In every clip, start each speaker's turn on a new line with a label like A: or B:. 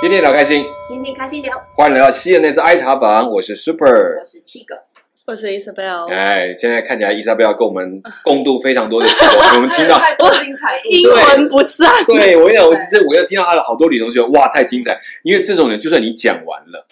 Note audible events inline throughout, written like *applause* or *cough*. A: 天天聊开心，
B: 天天开心聊，
A: 欢迎来到 CNS 爱茶房，我是 Super
B: 我。是七个，
C: 我是 Isabel，
A: 哎，现在看起来伊莎贝要跟我们共度非常多的时光，我们听
B: *laughs*
A: 到。
B: 太多精彩故
C: 英
B: 事，
C: 文不善，
A: 对，我跟你讲，我其实我又听到他的好多女同学，哇，太精彩！因为这种人，就算你讲完了，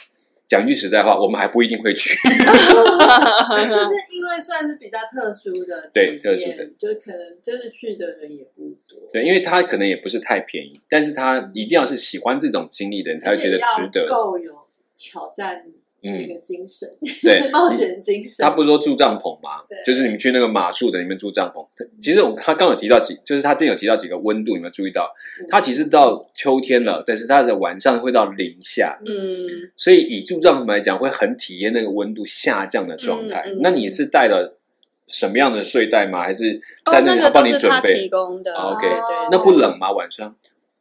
A: 讲句实在话，我们还不一定会
B: *laughs*
A: 去。
B: 就是因为算是比较特殊的体
A: 对
B: 验，
A: 特殊的
B: 就可能就是去的人也不多，
A: 对，因为他可能也不是太便宜，但是他一定要是喜欢这种经历的人，才会觉得值
B: 而且要
A: 得。
B: 够有挑战那
A: 嗯，
B: 个精神，
A: 对，
B: *laughs* 冒险精神
A: 他，不是说住帐篷吗？
B: 对
A: 就是你们去那个马术的，你们住帐篷。其实我他刚有提到几，就是他之前有提到几个温度，你有没有注意到？
B: 嗯
A: 他其实到秋天了，但是他的晚上会到零下，
C: 嗯，
A: 所以以住帐篷来讲，会很体验那个温度下降的状态。
C: 嗯嗯
A: 那你是带了什么样的睡袋吗？还是
C: 哦
A: 在，那
C: 那
A: 里
C: 个
A: 帮
C: 都
A: 你
C: 是
A: 准
C: 他提
A: 备？
C: 供的。
A: 哦，OK
C: 对
A: 那
C: 对，
A: 不冷吗？晚上？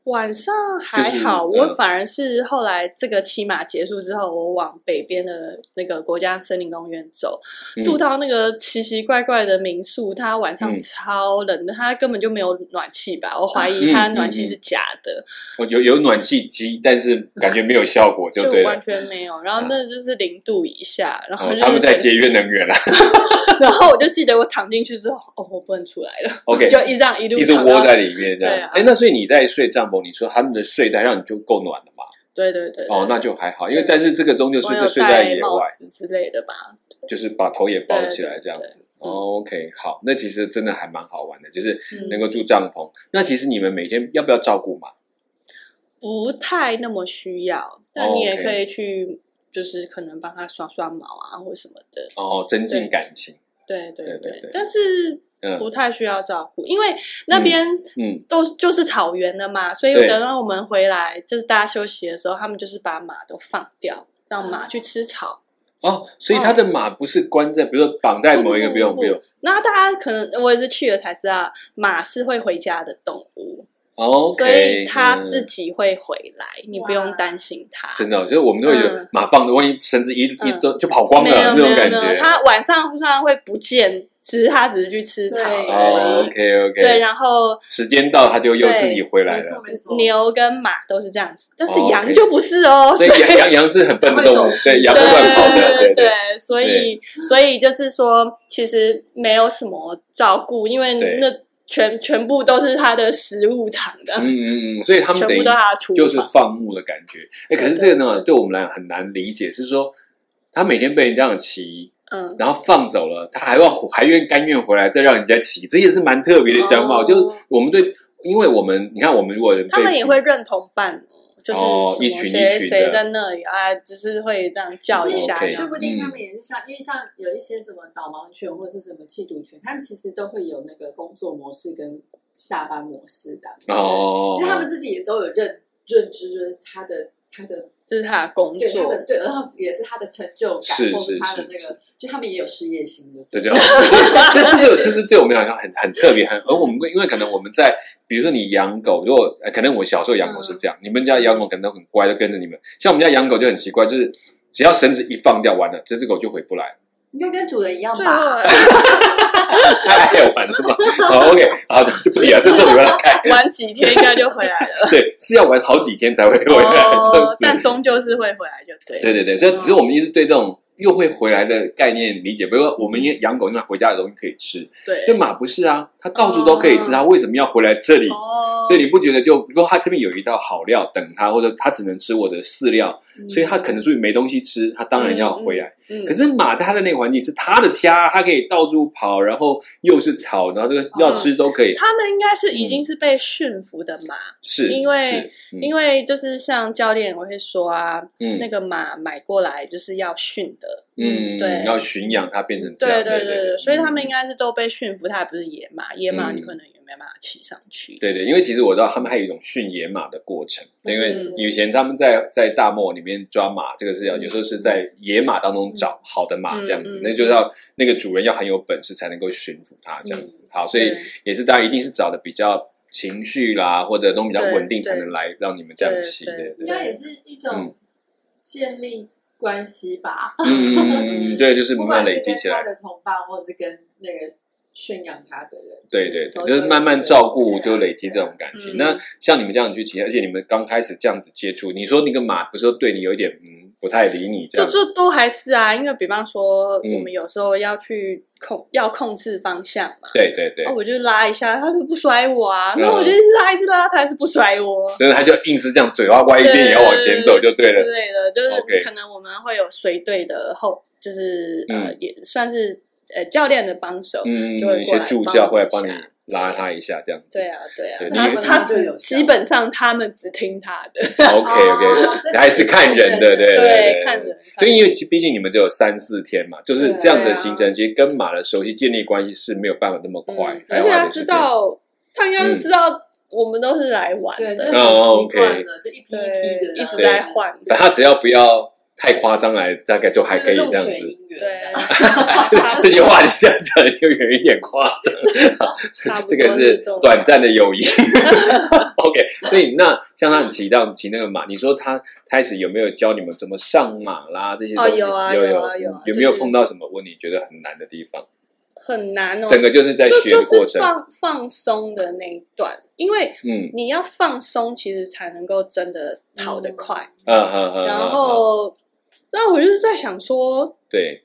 C: 晚上还好，
A: 就是嗯
C: 我反而是后来这个骑马结束之后，我往北边的那个国家森林公园走，
A: 嗯
C: 住到那个奇奇怪怪的民宿，它晚上
A: 嗯
C: 超冷的，它根本就没有暖气吧？我怀
A: 嗯
C: 疑它
A: 嗯
C: 暖气
A: 嗯
C: 是假的，
A: 我有有暖气机，但是感觉没有效果，就
C: *laughs* 就
A: 对
C: 完
A: 了。啊
C: 全没有。然后那就是零度以下，然后
A: 哦
C: 就，是
A: 他们在节约能源啦。
C: *laughs* 然后我就记得我躺进去之后，哦，我不能出来了，
A: OK，
C: 就一这样一路
A: 一直
C: 躺
A: 窝
C: 到
A: 在里面这
C: 对
A: 样
C: 啊。
A: 哎、那所以你在睡帐篷，你说他们的睡袋让你就够暖了嘛？
C: 对对对，
A: 哦，那
C: 就
A: 就还好，因为但是这个终究是
C: 我
A: 这
C: 有
A: 睡在
C: 戴
A: 野
C: 帽
A: 外，
C: 子之类的吧。
A: 就是把头也包起来
C: 对对
A: 这样子。
C: 对嗯
A: 哦 OK，好，那其实真的还蛮好玩的，就是能
C: 嗯，
A: 够住帐篷。那其实你们每天要不要照顾马？
C: 不太那么需要，但
A: 哦
C: 你也
A: OK
C: 可以去，就是可能帮他刷刷毛啊或什么的。
A: 哦，增进
C: 对
A: 感情。
C: 对
A: 对对
C: 对
A: 对
C: 但是
A: 嗯
C: 不太需要照顾，因为那边
A: 嗯，
C: 都是就是草原的嘛，所以
A: 对
C: 等到我们回来，就是大家休息的时候，他们就是把马都放掉，让
A: 啊
C: 马去吃草。
A: 哦，所以他的马不是关在，比如说绑在某一个，
C: 不
A: 不用
C: 不
A: 不用。
C: 那大家可能我也是去了才知道，马是会回家的动物。
A: 哦
C: 所以
A: OK，
C: 他
A: 嗯
C: 自己会回来，你不用担心他。
A: 真的哦，就是我们都会觉得
C: 嗯
A: 马放着，万一绳子一一
C: 嗯
A: 都就跑光
C: 没
A: 了
C: 有
A: 那
C: 没有
A: 种感
C: 没有，
A: 觉。
C: 他晚上虽然会不见，只是他只是去吃草
B: 对
A: 哦
C: 而已。
A: ，OK OK，
C: 对，然后
A: 时间到，他就又
C: 对
A: 自己回来
B: 没错
A: 了。
B: 没错，
C: 牛跟马都是这样子，但是
A: 哦
C: 羊
A: OK
C: 就不是哦。
A: 所以羊羊羊是很笨的动物
B: 它会走，失
A: 对，羊
C: 对
A: 会乱跑的，对
C: 对所以所以就是说，其实没有什么照顾，因为
A: 对
C: 那全全部都是他的食物场的，
A: 嗯嗯嗯，所以他们
C: 全
A: 等于
C: 部都他的厨
A: 就是
C: 房。
A: 放牧的感觉。哎，可是这个呢，对我们来讲很难理解，是说他每天被人这样骑，
C: 嗯，
A: 然后放走了，他还要还愿甘愿回来再让人家骑，这也是蛮特别的相貌。
C: 哦
A: 就是我们对，因为我们你看，我们如果被
C: 他们也会认同伴哦，就是
A: 哦
C: 什么
A: 一群一群
C: 谁
A: 的
C: 谁在那里啊，就是会这样叫一下
A: 可以嗯
C: 这
B: 说
C: 样。
B: 不定他们也是像，因为像有一些什么导盲犬或者是什么弃主犬，他们其实都会有那个工作模式跟下班模式的。
A: 哦，
B: 其实他们自己也都有认认知，就是他的他的
C: 这是他的工
B: 对他
C: 作
B: 的，对，然后也是他的成就感，
A: 是
B: 或是
A: 是
B: 他的
A: 是
B: 那个，就他们也有事业心的。
A: 对对， *laughs* 这这个就是对我们来讲很很特别，很而我们因为可能我们在比如说你养狗，如果呃可能我小时候养狗是这
C: 嗯
A: 样，你们家养狗可能都很乖，都跟着你们。像我们家养狗就很奇怪，就是只要绳子一放掉，完了这只狗就回不来， *laughs*
B: 应该跟主人一样
C: 最
B: 吧？
C: 后
A: 太爱玩哎了嘛。好，OK，好就不提了，这这我不要看。
C: 玩几天应该就回来
A: *laughs*
C: 了。
A: 对，是要玩好几天才会回来。这样
C: 哦
A: 子，
C: 但终究是会回来，就对。
A: 对对对，所以只是我们一直对这种又会回来的概念理解，比如说我们也养狗，因为回家的东西可以吃，
C: 对
A: 但马不是啊，它到处都可以吃，
C: 哦
A: 它为什么要回来这里？
C: 哦
A: 所以你不觉得就如果他这边有一道好料等他，或者他只能吃我的饲料，所以他可能属于没东西吃，他当然要回来。
C: 嗯
A: 可是马在他的那个环境是他的家，他可以到处跑，然后又是草，然后这个要吃都可以。
C: 哦他们应该是已经是被驯服的马，
A: 是
C: 因为
A: 是嗯
C: 因为就是像教练我会说啊，
A: 嗯
C: 那个马买过来就是要训的，
A: 嗯
C: 对
A: 要驯养它变成这样，
C: 对
A: 对
C: 对对，所以他们应
A: 该
C: 该是都被驯服，它还不是野马，野马
A: 嗯
C: 你可能也没办法骑上去。
A: 对对，因为其实我知道他们还有一种驯野马的过程，因为
C: 嗯
A: 以前他们在在大漠里面抓马，这个是要有时候是在野马当中找好的马这样子，
C: 嗯嗯嗯
A: 那就是要那个主人要很有本事才能够驯服它这样子。好，所以
C: 嗯对
A: 也是大家一定是找的比较情绪啦，或者都比较稳定，
C: 对
A: 才能来让你们这样骑。
C: 对
A: 对
B: 应
A: 对，
B: 该也是一
A: 嗯
B: 种建立关系吧，
A: 嗯，对，就是
B: 不
A: 慢
B: 管
A: 慢
B: 是
A: 累
B: 跟
A: 积起
B: 他
A: 来。
B: 的同伴，或是跟那个驯养它的人。
A: 对对对，
B: 都
A: 就是慢慢照顾，就累积这。
B: 对
A: 种
B: 啊
A: 感情。
C: 嗯
A: 那像你们这样去体验，而且你们刚开始这样子接触，你说那个马不是说对你有一点嗯不太理你这
C: 就
A: 样子，
C: 就都还是啊，因为比方说
A: 嗯
C: 我们有时候要去控要控制方向嘛，
A: 对对对
C: 然后，我就拉一下，他就不甩我啊，
A: 嗯
C: 然后我就一直拉一直拉，他还是不甩我。
A: 所以他就硬是这样嘴巴歪一边也要往前走就对了。
C: 之类的，就
A: OK
C: 是可能我们会有随队的后，就是呃
A: 嗯，
C: 也算是呃教练的帮手，
A: 嗯，
C: 就会
A: 一
C: 过
A: 些
C: 来
A: 助
C: 帮
A: 教
C: 我
A: 会来
C: 一
A: 帮你
C: 下
A: 拉他一下这样子。
C: 对啊，对啊
A: 对，
C: 他
A: 你
C: 他
B: 就
C: 只
B: 有效
C: 基本上他们只听他的，
A: OK
B: 哦
A: OK，
B: 所以
A: 还是看人的，对
B: 对
A: 对。
C: 看着看
A: 对，
C: 着
A: 因为其毕竟你们只有三四天嘛，就是这样子的
C: 对啊
A: 行程，其实跟马的熟悉建立关系是没有办法那么快。
C: 嗯
A: 还
C: 而
A: 有
C: 且
A: 花
C: 他
A: 的时
C: 知
A: 间，
C: 道，他应该是知道我们都是来玩
B: 对，就是
C: 的，
A: 哦
B: 很习
A: ，OK
B: 惯了，就一批一批
C: 对，
B: 的
C: 一直
A: 对
C: 在换，
A: 但他只要不要太夸张来，大概就还可以这样子。
C: 对
B: 对，，
A: *laughs* 这句话你这样讲又有一点夸张，
C: *laughs* 差不多
A: 这个是
C: 这种
A: 短暂的友
C: *laughs*
A: 谊。OK，所以那像他很骑到骑那个马，你说他开始有没有教你们怎么上马啦？这些东西
C: 哦有啊
A: 有嗯
C: 有啊有啊
A: 有没有
C: 就是
A: 碰到什么问你觉得很难的地方？
C: *laughs* 很难哦。
A: 整个就是在
C: 就
A: 学
C: 就
A: 的过
C: 是
A: 程，
C: 放放松的那一段，因为
A: 嗯
C: 你要放松，其实才能够真的跑得快。
A: 嗯嗯嗯，
C: 然
A: 嗯嗯
C: 后，那我就是在想说，
A: 对，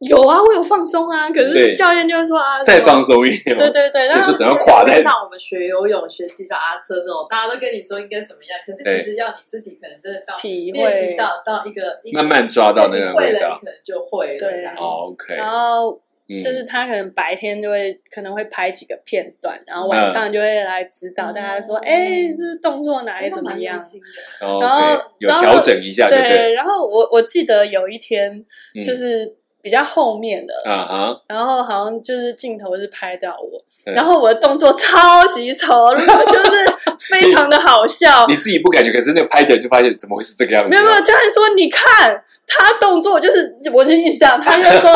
C: 有啊，我有放松啊，可
A: 对
C: 是教练就会说啊，
A: 再
C: 有
A: 放松一点嘛，
C: 对对对，然
A: 是
C: 后
A: 只要垮在
B: 嗯像我们学游泳、学习像阿琛那种，大家都跟你说应该怎么样，可是其实要你自己可能真的到
C: 体
B: 练习
C: 会，
B: 到到一个一
A: *laughs*
B: 个
A: 慢慢抓到那
B: 你
A: 个
B: 会
A: 味
B: 了，
A: 道。
B: 你可能就会了。
C: 对
B: 然后
A: 哦 OK，
C: 然后
A: 嗯
C: 就是他可能白天就会可能会拍几个片段，然后晚上就会来指导
B: 嗯
C: 大家说，哎，这是动作哪里怎么样
B: 那蛮用？心的
A: 哦
C: 然后
A: OK，有
C: 然后
A: 调整一下就对，
C: 对，然后我我记得有一天
A: 嗯
C: 就是比较后面的，
A: 啊哈，
C: 然后好像就是镜头是拍到我，
A: 嗯
C: 然后我的动作超级丑， *laughs* 然后就是非常的好
A: *laughs*
C: 笑
A: 你。自己不感觉，可是那拍起来就发现怎么会是这个样子？啊
C: 没有没有，，教练说你看他动作就是我是一直这样，他就说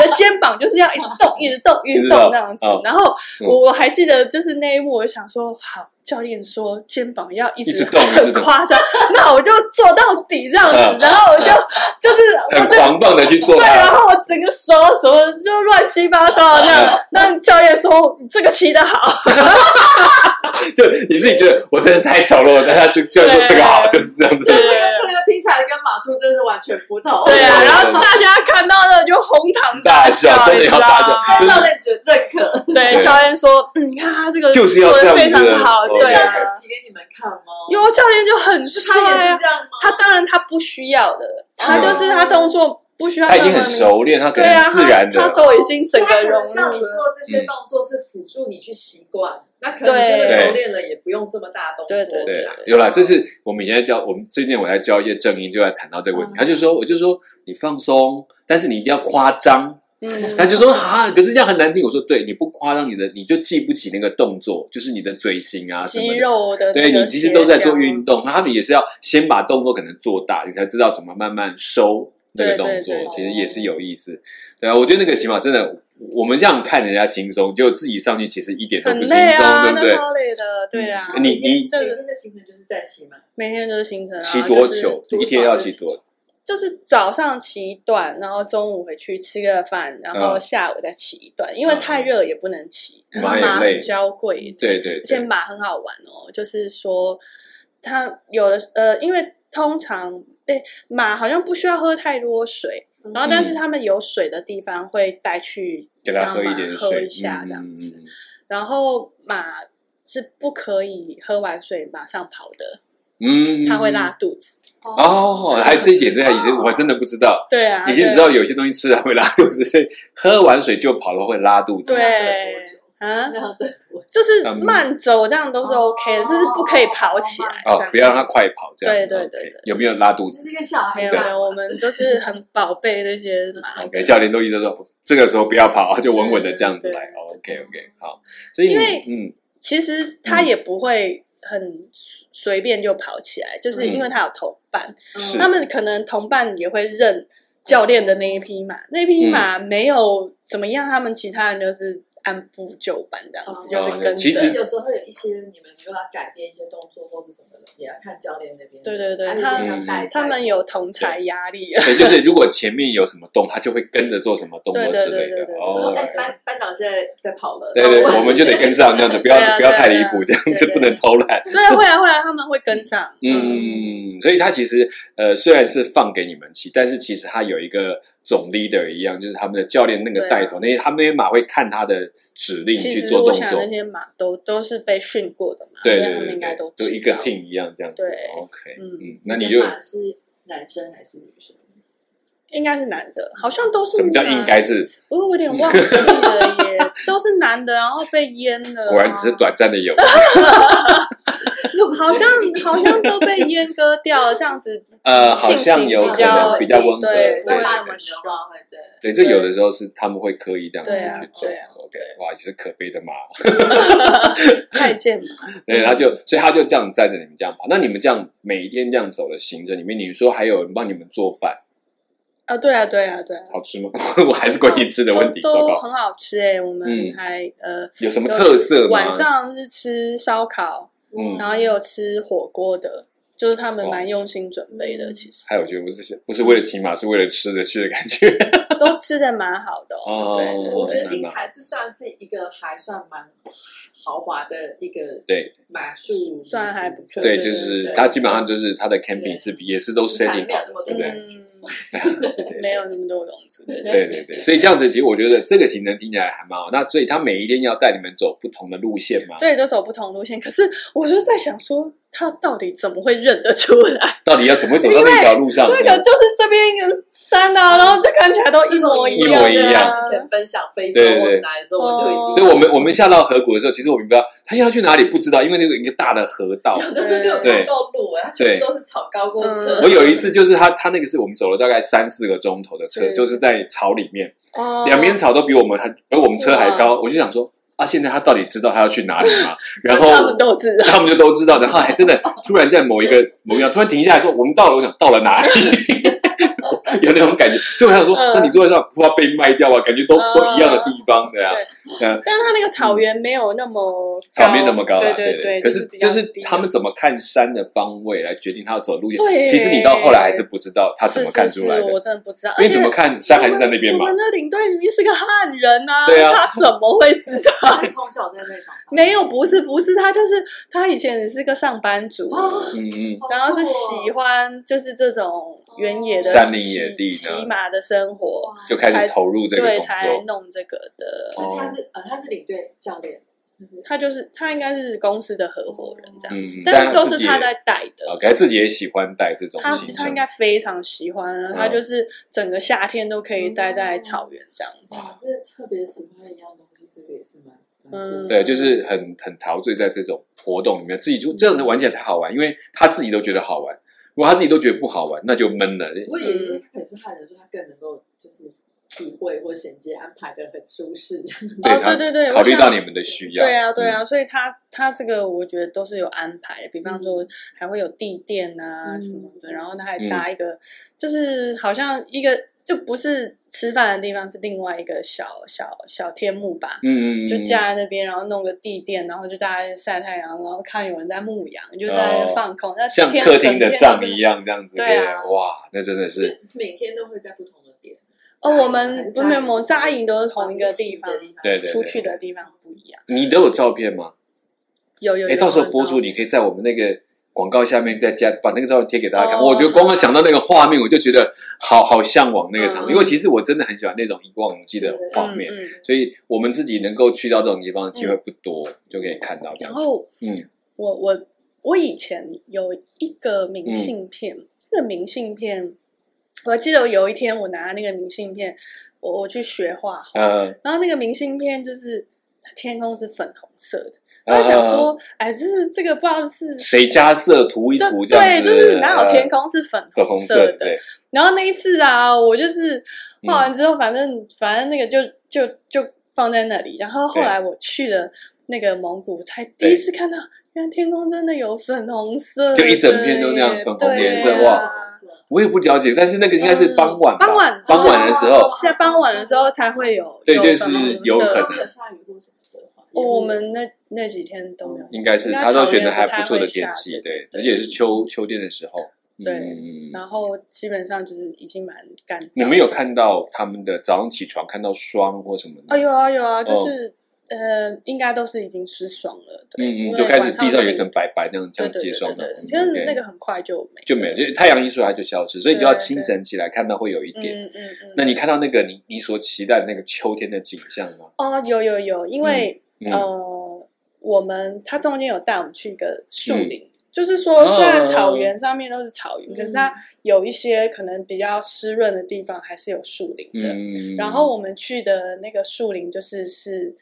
C: 你的肩膀就是要一直动，一直
A: *laughs*
C: 动，
A: 直
C: 运动
A: 动
C: 这样子
A: 哦。
C: 然后
A: 嗯
C: 我我还记得就是那一幕，我想说好，教练说肩膀要一
A: 一直
C: 直
A: 动一直
C: 很
A: 动
C: 夸张，那我就做到底这样
A: *laughs* 嗯
C: 子，然后我就就是我
A: 很
C: 这
A: 狂放的去做啊
C: 对，然
A: 它。
C: 后我整个手什么就乱七八糟这样。但教练说你这个骑的好，
A: 嗯就你自己觉得我真的太丑陋了，但他就就然说
C: 对
A: 这个好，就是这样子
B: 这
C: 对。
B: 个这个听起来跟马术真是完全不同。
C: 对啊。
A: 对
C: *laughs* 然后大家看到了就哄堂
A: 大
C: 笑，
A: 笑真的要大笑
C: 你知道
B: 但教
C: 吗
B: 练觉得认可，
C: 对，
A: 对
C: 教练说，嗯，你看他这个
A: 就是要
C: 做
A: 这样
C: 的
A: 子
C: 非常好，
A: 哦
C: 对
B: 教
C: 啊。
B: 练骑给你们看吗？
C: 有教练就很
B: 是他也
C: 帅啊
B: 是这样吗？
C: 他当然他不需要的，他就是
B: 嗯
C: 他动作不需要
A: 他
C: 那
A: 已
C: 么
A: 经很熟练，他可
C: 对
A: 能
C: 啊，
A: 很自然的
C: 他他都已经啊
B: 所
C: 整个融
B: 以他可能
C: 入
B: 叫你
C: 了。
B: 做这
A: 嗯
B: 些动作是辅助你去习惯，那可能你真的
C: 对
B: 熟练了，也不用这么大动作。
C: 对对
A: 对
B: 啊，
A: 有啦，这是我们以前在教，我们最近我在教一些正音，就在谈到这个问题。
B: 嗯
A: 他就说，我就说你放松，但是你一定要夸张。
C: 嗯
A: 他就说啊，可是这样很难听。我说，对，你不夸张，你的你就记不起那个动作，就是你的嘴型啊什么
C: 肌
A: 的。
C: 肉的那个
A: 对你其实都是在做运
C: 协
A: 动，他们也是要先把动作可能做大，你才知道怎么慢慢收那个
C: 对
A: 动
C: 对
A: 作，
C: 对
A: 其实也是有意思。对啊，我觉得那个骑马真的，我们这样看人家轻松，就自己上去其实一点
C: 调
A: 都不
C: 很
A: 轻松，
C: 累啊，
A: 对不
C: 那
A: 对？
C: 超累的，对啊，
A: 嗯你你
B: 每天的行程就是在骑马，
C: 每天都是行程啊，
A: 骑多
C: 就是
A: 久？
B: 多
A: 一天
B: 少
A: 要
B: 就
A: 骑
B: 是
A: 多久？
C: 就是早上骑一段，然后中午回去吃个饭，然后
A: 嗯
C: 下午再骑一段，因为
A: 嗯
C: 太热也不能骑，然
A: 马
C: 后
A: 也
C: 马
A: 累
C: 很娇贵，
A: 对对
C: 而且
A: 对，
C: 马很好玩哦，就是说它有的呃，因为通常对马好像不需要喝太多水，然后但是他们有水的地方会带去
A: 嗯给他
C: 让
A: 喝一
C: 马
A: 点水，嗯
C: 喝一下这样子，然后马是不可以喝完水马上跑的，
A: 嗯，嗯
C: 它会拉。肚子。
A: 哦，还有这一点，这还以
C: *laughs*
A: 前我真的不知道。
C: 对啊，
A: 以前知道有些东西吃了会拉肚子，所以喝完水就跑了会拉肚子。
C: 对
B: 那要等多久
C: 啊，
B: 那要等多久？
C: 就是
A: 嗯
C: 慢走这样都是
B: 嗯哦
C: OK 的，就是不可以跑起来这样
A: 哦
C: 子。，
A: 不要让它快跑，这样
C: 对对对
A: OK
C: 对
A: 有没有拉肚子？
B: 就是那个小孩
C: 没有没有，我们就是很宝贝那些马。
A: OK，教哎练都一直说这个时候不要跑，
C: *laughs*
A: 就稳稳的这样子来。
C: 对
A: 哦 OK OK，好，所以你
C: 因为
A: 嗯
C: 其实他也不会很随便就跑起来，就是因为他有同伴，
A: 是
C: 他们可能同伴也会
A: 嗯
C: 认教练的那一匹马，那匹马没有怎么样，他们其他人就是按部就班这样子
B: 哦，
C: 就是跟着。
A: 其
B: 所
A: 实
B: 以有时候有一些你们没办法改变一些动作或是什么的，也要看教练那边。
C: 对对对
B: 啊有
C: 他
B: 点像带
C: 他们有同
A: 才
C: 才压力，
A: *laughs* 对，哎就是如果前面有什么动，他就会跟着做什么动作
C: 对对
A: 之
C: 对
A: 类的
C: 对对。对哦
B: 带
A: 哦，
B: 说哎，
C: *laughs*
B: 班班长现在在跑了，
A: 对对，
B: 那
A: 我们就得跟上这
C: *laughs*
A: 样子，不要
C: 对啊
A: 不要太离
C: 对
A: 谱，
C: 啊
A: 这样子
C: 对对
A: 不能偷懒。
C: 对，会啊会啊，他们会跟上。嗯，
A: 嗯，所以他其实呃虽然是放给你们骑，但是其实他有一个总 leader 一样，就是他们的教练那个
C: 对啊
A: 带头，那些他们那些马会看他的指令
C: 其
A: 去
C: 实
A: 做
C: 我
A: 动
C: 想
A: 作
C: 那。些马都都是被训过的嘛，
A: 对
C: 所以
A: 对
C: 他们
A: 对
C: 应该都
A: 对，
C: 知道
A: 就一个 team 一样这样子。
C: 对
A: OK，
C: 嗯
A: 嗯，那
B: 你
A: 你就
B: 马是男生还是女生？
C: 应该是男的，好像都是
A: 什么叫
C: 男
A: 应该？是？
C: 我有点忘记
A: *laughs*
C: 了耶，都是男的，然后被淹了啊。
A: 果然只是短暂的友谊。
C: 好像好像都被阉割掉了，这样子
A: 呃，好像
C: 性
A: 有可
C: 情比较
A: 能比较温和，
C: 对
B: 那
C: 对
B: 大
C: 对
B: 型的话会对。
A: 对，这有的时候是他们会刻意这样子
C: 对啊
A: 去做
C: 对啊。
A: OK，哇，也是可悲的马。
C: 太监嘛。
A: 对，然后就所以他就这样载着你们这样跑。那你们这样每一天这样走的行程里面，你说还有人帮你们做饭，
C: 啊，对啊，对啊，对啊。
A: 好吃吗？ *laughs* 我还是关于吃的问题，
C: 哦都
A: 糟
C: 都
A: 糕。
C: 很好吃哎、我们
A: 嗯
C: 还、呃
A: 有什么
C: 都
A: 特色吗？
C: 晚上是吃烧烤，
A: 嗯
C: 然后也有吃火锅的，就是他们
A: 哇嗯
C: 蛮用心准备的，其实
A: 还有，我觉得不是不是为了骑马，是为了吃的去的感觉。
C: 都吃的蛮好的、
A: 哦
C: 哦。对对
B: 我
C: 对
B: 觉得听起来是算是一个还算蛮豪华的一个
A: 对
B: 马术，
C: 算还不错
A: 对，
C: 对
A: 就
C: 对
A: 是
B: 对
A: 他基本上就是他的 camping 是也是都
B: 平常
A: setting
B: 没有
A: 好
B: 那
A: 的
B: 么，
A: 对
B: 多
A: 不对？
C: 嗯没有那么多东西，对
A: 对对对，所以这样子，其实我觉得这个行程听起来还蛮好。那所以他每一天要带你们走不同的路线吗？
C: 对，都走不同路线。可是我就在想说，他到底怎么会认得出
A: *laughs*
C: 来？
A: 到底要怎么走到那条路上？
C: *laughs* 那个就是这边一个山啊，然后就看起来都一模
A: 一
C: 样
A: 模
C: 的啊，哦
A: 一样
B: 之前分享非洲
A: 对对
B: 或
A: 对
B: 者哪里的时候，我就已
A: 所
B: 经
A: 以我们我
B: *laughs*
A: 们下到河谷的时候，其实我明白他要去哪里不知道，因为那个一个大的河
C: *laughs*
A: 道。
B: 有的时候根本不够路，它全部都是草高过
C: 对
B: 车。
A: 我有一次就是他他那个是我们走了大概三四个钟头的车，
C: 是
A: 就是在草里面，
C: 哦
A: 两边草都比我们还比我们车还高，
C: 哇
A: 我就想说啊，现在他到底知道他要去哪里吗？然
C: *laughs* 他们
A: 后。
C: 都知道。
A: *laughs* 他们就都知道，然后还真的突然在某一个某一样突然停下来说：“我们到了。”我想到了哪里？ *laughs* 有那种感觉，所以我想说，
C: 嗯
A: 那你坐在上不怕被卖掉啊？感觉都
C: 嗯
A: 都一样的地方，对啊。
C: 但是它那个草原没有那么
A: 草没那么高啦，啊
C: 对
A: 对
C: 对。
A: 可是
C: 比较
A: 就是
C: 低的
A: 他们怎么看山的方位来决定他要走路线。
C: 对
A: 其实你到后来还是不知道他怎么看出来
C: 是是是
A: 的，
C: 我真的不知道。
A: 因为
C: 而且
A: 怎么看山还是在那边嘛
C: 我。们的领队明明是个汉人啊，
A: 对啊
C: 他怎么会知道？
B: 就是从小在那长大，
C: 没有，不是不是，他就是他以前也是个上班族，
B: 哦
A: 嗯嗯，
C: 然后是喜欢就是这种原野的
A: 山林野地呢
C: 骑骑马的生
B: 哦
C: 活，
A: 就哦开始投入这个
C: 对，
A: 工
C: 才
A: 作。
C: 弄这个的。
B: 所以他是呃，他是领队教练，
C: 他就是他应该是公司的合伙人这样子
A: 嗯，
C: 但
A: 但
C: 是
A: 他
C: 都
A: 自己
C: 是他
A: 也
C: 在带的。
A: OK，他自己也喜欢带这种
C: 他
A: 行
C: 他应
A: 程，
C: 该非常喜欢啊，
A: 嗯
C: 他就是整个夏天都可以待在草原这样子。
B: 哇，真的特别喜欢一样东西，这个也是蛮
C: 嗯
A: 对，就是很很陶醉在这种活动里面，自己就这样子玩起来才好玩，因为他自己都觉得好玩。如果他自己都觉得不好玩，那就闷了。
B: 我
C: 嗯
B: 也因为他本身汉人，所以他更能够就是体会或衔接安排的很舒适。
A: 对
C: 哦，
A: 他
C: 对对对，
A: 考虑到
C: 我想。
A: 你们的需要，
C: 对啊，对
A: 嗯
C: 啊，所以他他这个我觉得都是有安排的，比方
A: 嗯
C: 说还会有地垫啊
B: 嗯
C: 什么的，然后他还搭一个，就是好像一个就不是吃饭的地方，是另外一个小小小天幕吧，
A: 嗯，嗯嗯嗯，
C: 就架在那边，然后弄个地垫，然后就大家晒太阳，然后看有人在牧羊，就在那边放空，那
A: 哦像
C: 天
A: 客厅的
C: 整天都
A: 帐
C: 是
A: 一样这样子，
C: 对啊
A: 哇，那真的是
B: 每天都会在不同的点。
C: 哦，
B: 扎营
C: 我们不是我们扎营都是同一个地方，
A: 对对
C: 出去的地方不一样。
A: 你都有照片吗？
C: 有有，
A: 哎，
C: 有
A: 到时候播出，你可以在我们那个广告下面再加把那个照片贴给大家
C: 哦
A: 看。我觉得光光想到那个画面，我就觉得好好向往那个场景，
C: 嗯
A: 因为其实我真的很喜欢那种一望无际的画面，
C: 嗯嗯
A: 所以我们自己能够去到这种地方的机会不多，就可以看到这
C: 然
A: 样。
C: 后
A: 嗯，
C: 我我我以前有一个明
A: 嗯
C: 信片，这个明信片，我记得有一天我拿那个明信片，我我去学画画，
A: 呃，
C: 然后那个明信片就是。天空是粉红色的，我就想说，哎，这是这个不知道是
A: 啊呃谁家色涂一涂
C: 对
A: 这样子，啊
C: 对，就是哪有天空是粉
A: 呃粉红
C: 色的？
A: 对，
C: 然后那一次啊，我就是
A: 嗯
C: 画完之后，反正反正那个就就就放在那里。然后后来我去了那个蒙古，才第一次看到，原来天空真的有粉红色的耶，
A: 就一整片都那样粉红
C: 对
A: 颜色
C: 啊
A: 哇！
C: 吗？
A: 我也不了解，但是那个应该是傍晚吧，
C: 嗯傍晚
A: 傍晚的时候，
C: 现在傍晚的时候才会有，
A: 对
C: 有
A: 就
C: 粉红
A: 是有
C: 色
A: 可能
B: 有下雨或什么的话，
C: 哦我们那那几天都没有。
A: 应该是
C: 应该
A: 他都
C: 草
A: 选的
C: 原
A: 还
C: 不太
A: 不错的
C: 会
A: 天
C: 下
A: 气，
C: 对
A: 对，
C: 对
A: 而且是秋秋天的时候，
C: 对
A: 嗯
C: 然后基本上就是已经蛮干燥。
A: 你们有看到他们的早上起床看到霜或什么的？
C: 啊、有啊有啊，
A: 哦
C: 就是、呃，应该都是已经吃爽了，
A: 嗯
C: 对，因
A: 嗯，
C: 为
A: 就开始
C: 晚
A: 地上有一
C: 就
A: 层白白那样这
C: 对
A: 样
C: 对
A: 结
C: 对
A: 霜
C: 对
A: 的
C: 对，，其实
A: 嗯
C: 那个
A: OK
C: 很快就没
A: 就没有，就是太阳一出来它就消失，所以就要
C: 对对
A: 清晨起来看到会有一点。
C: 嗯嗯嗯。
A: 那你看到那个你你所期待的那个秋天的景象吗？
C: 哦，有有有，因为、
A: 嗯，
C: 呃，我们它中间有带我们去一个树
A: 嗯
C: 林。就是说，虽然
A: 哦
C: 草原上面都是草原，可是它
B: 嗯
C: 有一些可能比较湿润的地方，还是有树林的。
A: 嗯
C: 然后我们去的那个树林就是是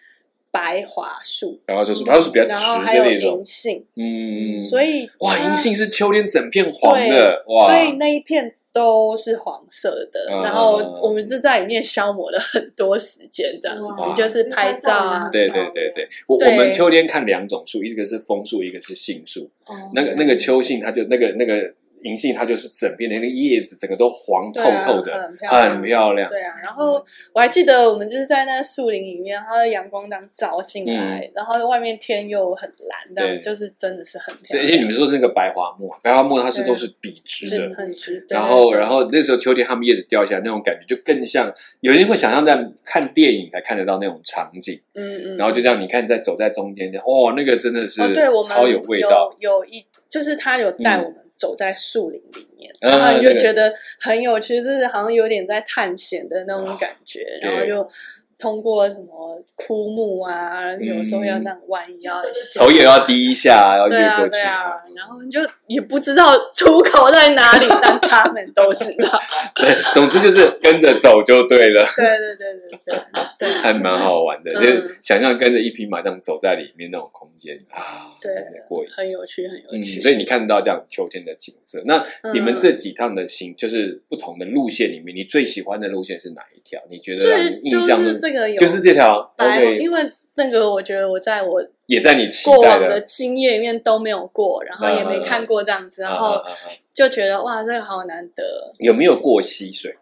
C: 白桦树，
A: 然后就是它是比较
C: 嗯然
A: 直
C: 后
A: 的
C: 还有
A: 那种
C: 银，杏，
A: 嗯，
C: 所以
A: 哇，
C: 它
A: 银杏是秋天整片黄的，哇，
C: 所以那一片都是黄色的。
A: 嗯
C: 然后我们就在里面消磨了很多时间，这样
A: 哇
C: 子就是拍照啊。
A: 对对对对，我
C: 对
A: 我们秋天看两种树，一个是枫树，一个是杏树。那个那个秋杏，它就那个那个银杏，它就是整片的那个叶子，整个都黄透
C: 对啊
A: 透的，
C: 很漂亮
A: 很漂亮。
C: 对啊，然后我还记得我们就是在那个树林里面，然后阳光这样照进来，然后外面天又很蓝，
A: 嗯
C: 这
A: 对
C: 样就是真的是很漂
A: 对，
C: 亮。
A: 而且你们说是那个白桦木，啊白桦木它是
C: 对
A: 都是笔直
C: 是
A: 的。
C: 很值得。
A: 然后，
C: 对
A: 然后那时候秋天，它们叶子掉下来，那种感觉就更像有人会想象在看电影才看得到那种场景。
C: 嗯嗯，
A: 然后就这样，你看在走在中间，哇，那个真的是
C: 哦，对，我们
A: 超有味道。
C: 有有一就是他有带
A: 嗯
C: 我们走在树林里面，
A: 嗯
C: 然后你就
A: 对
C: 觉得很有趣，就是好像有点在探险的那种感觉，
A: 对
C: 然后就通过什么枯木啊，有时候要那样弯腰。
A: 头也要低一下，要嗯
C: 对
A: 越
C: 啊，
A: 过去
C: 对。啊，然后你就也不知道出口在哪里，但他们都知道。 *laughs*
A: 对， *laughs* 总之就是跟着走就对了。 *laughs*
C: 对对对对对对
A: 还蛮好玩的，
C: 嗯
A: 就是想象跟着一匹马这样走在里面那种空间啊，
C: 对
A: 真的过瘾。
C: 很有趣，很
A: 嗯，
C: 有趣。
A: 所以你看到这样秋天的景色，那
C: 嗯
A: 你们这几趟的行，就是不同的路线里面，你最喜欢的路线是哪一条？你觉得
C: 就
A: 让
C: 是
A: 你
C: 就
A: 印象
C: 是
A: 中
C: 这个有
A: 就是哦这条
C: 白话，
A: ，OK，
C: 因为那个我觉得我在我
A: 也在你期
C: 过
A: 待嗯
C: 往的经验里面都没有过，然后也没看过这样子，然
A: 啊
C: 后
A: 啊啊啊
C: 就觉得哇，这个好难得。
A: 有没有过溪水？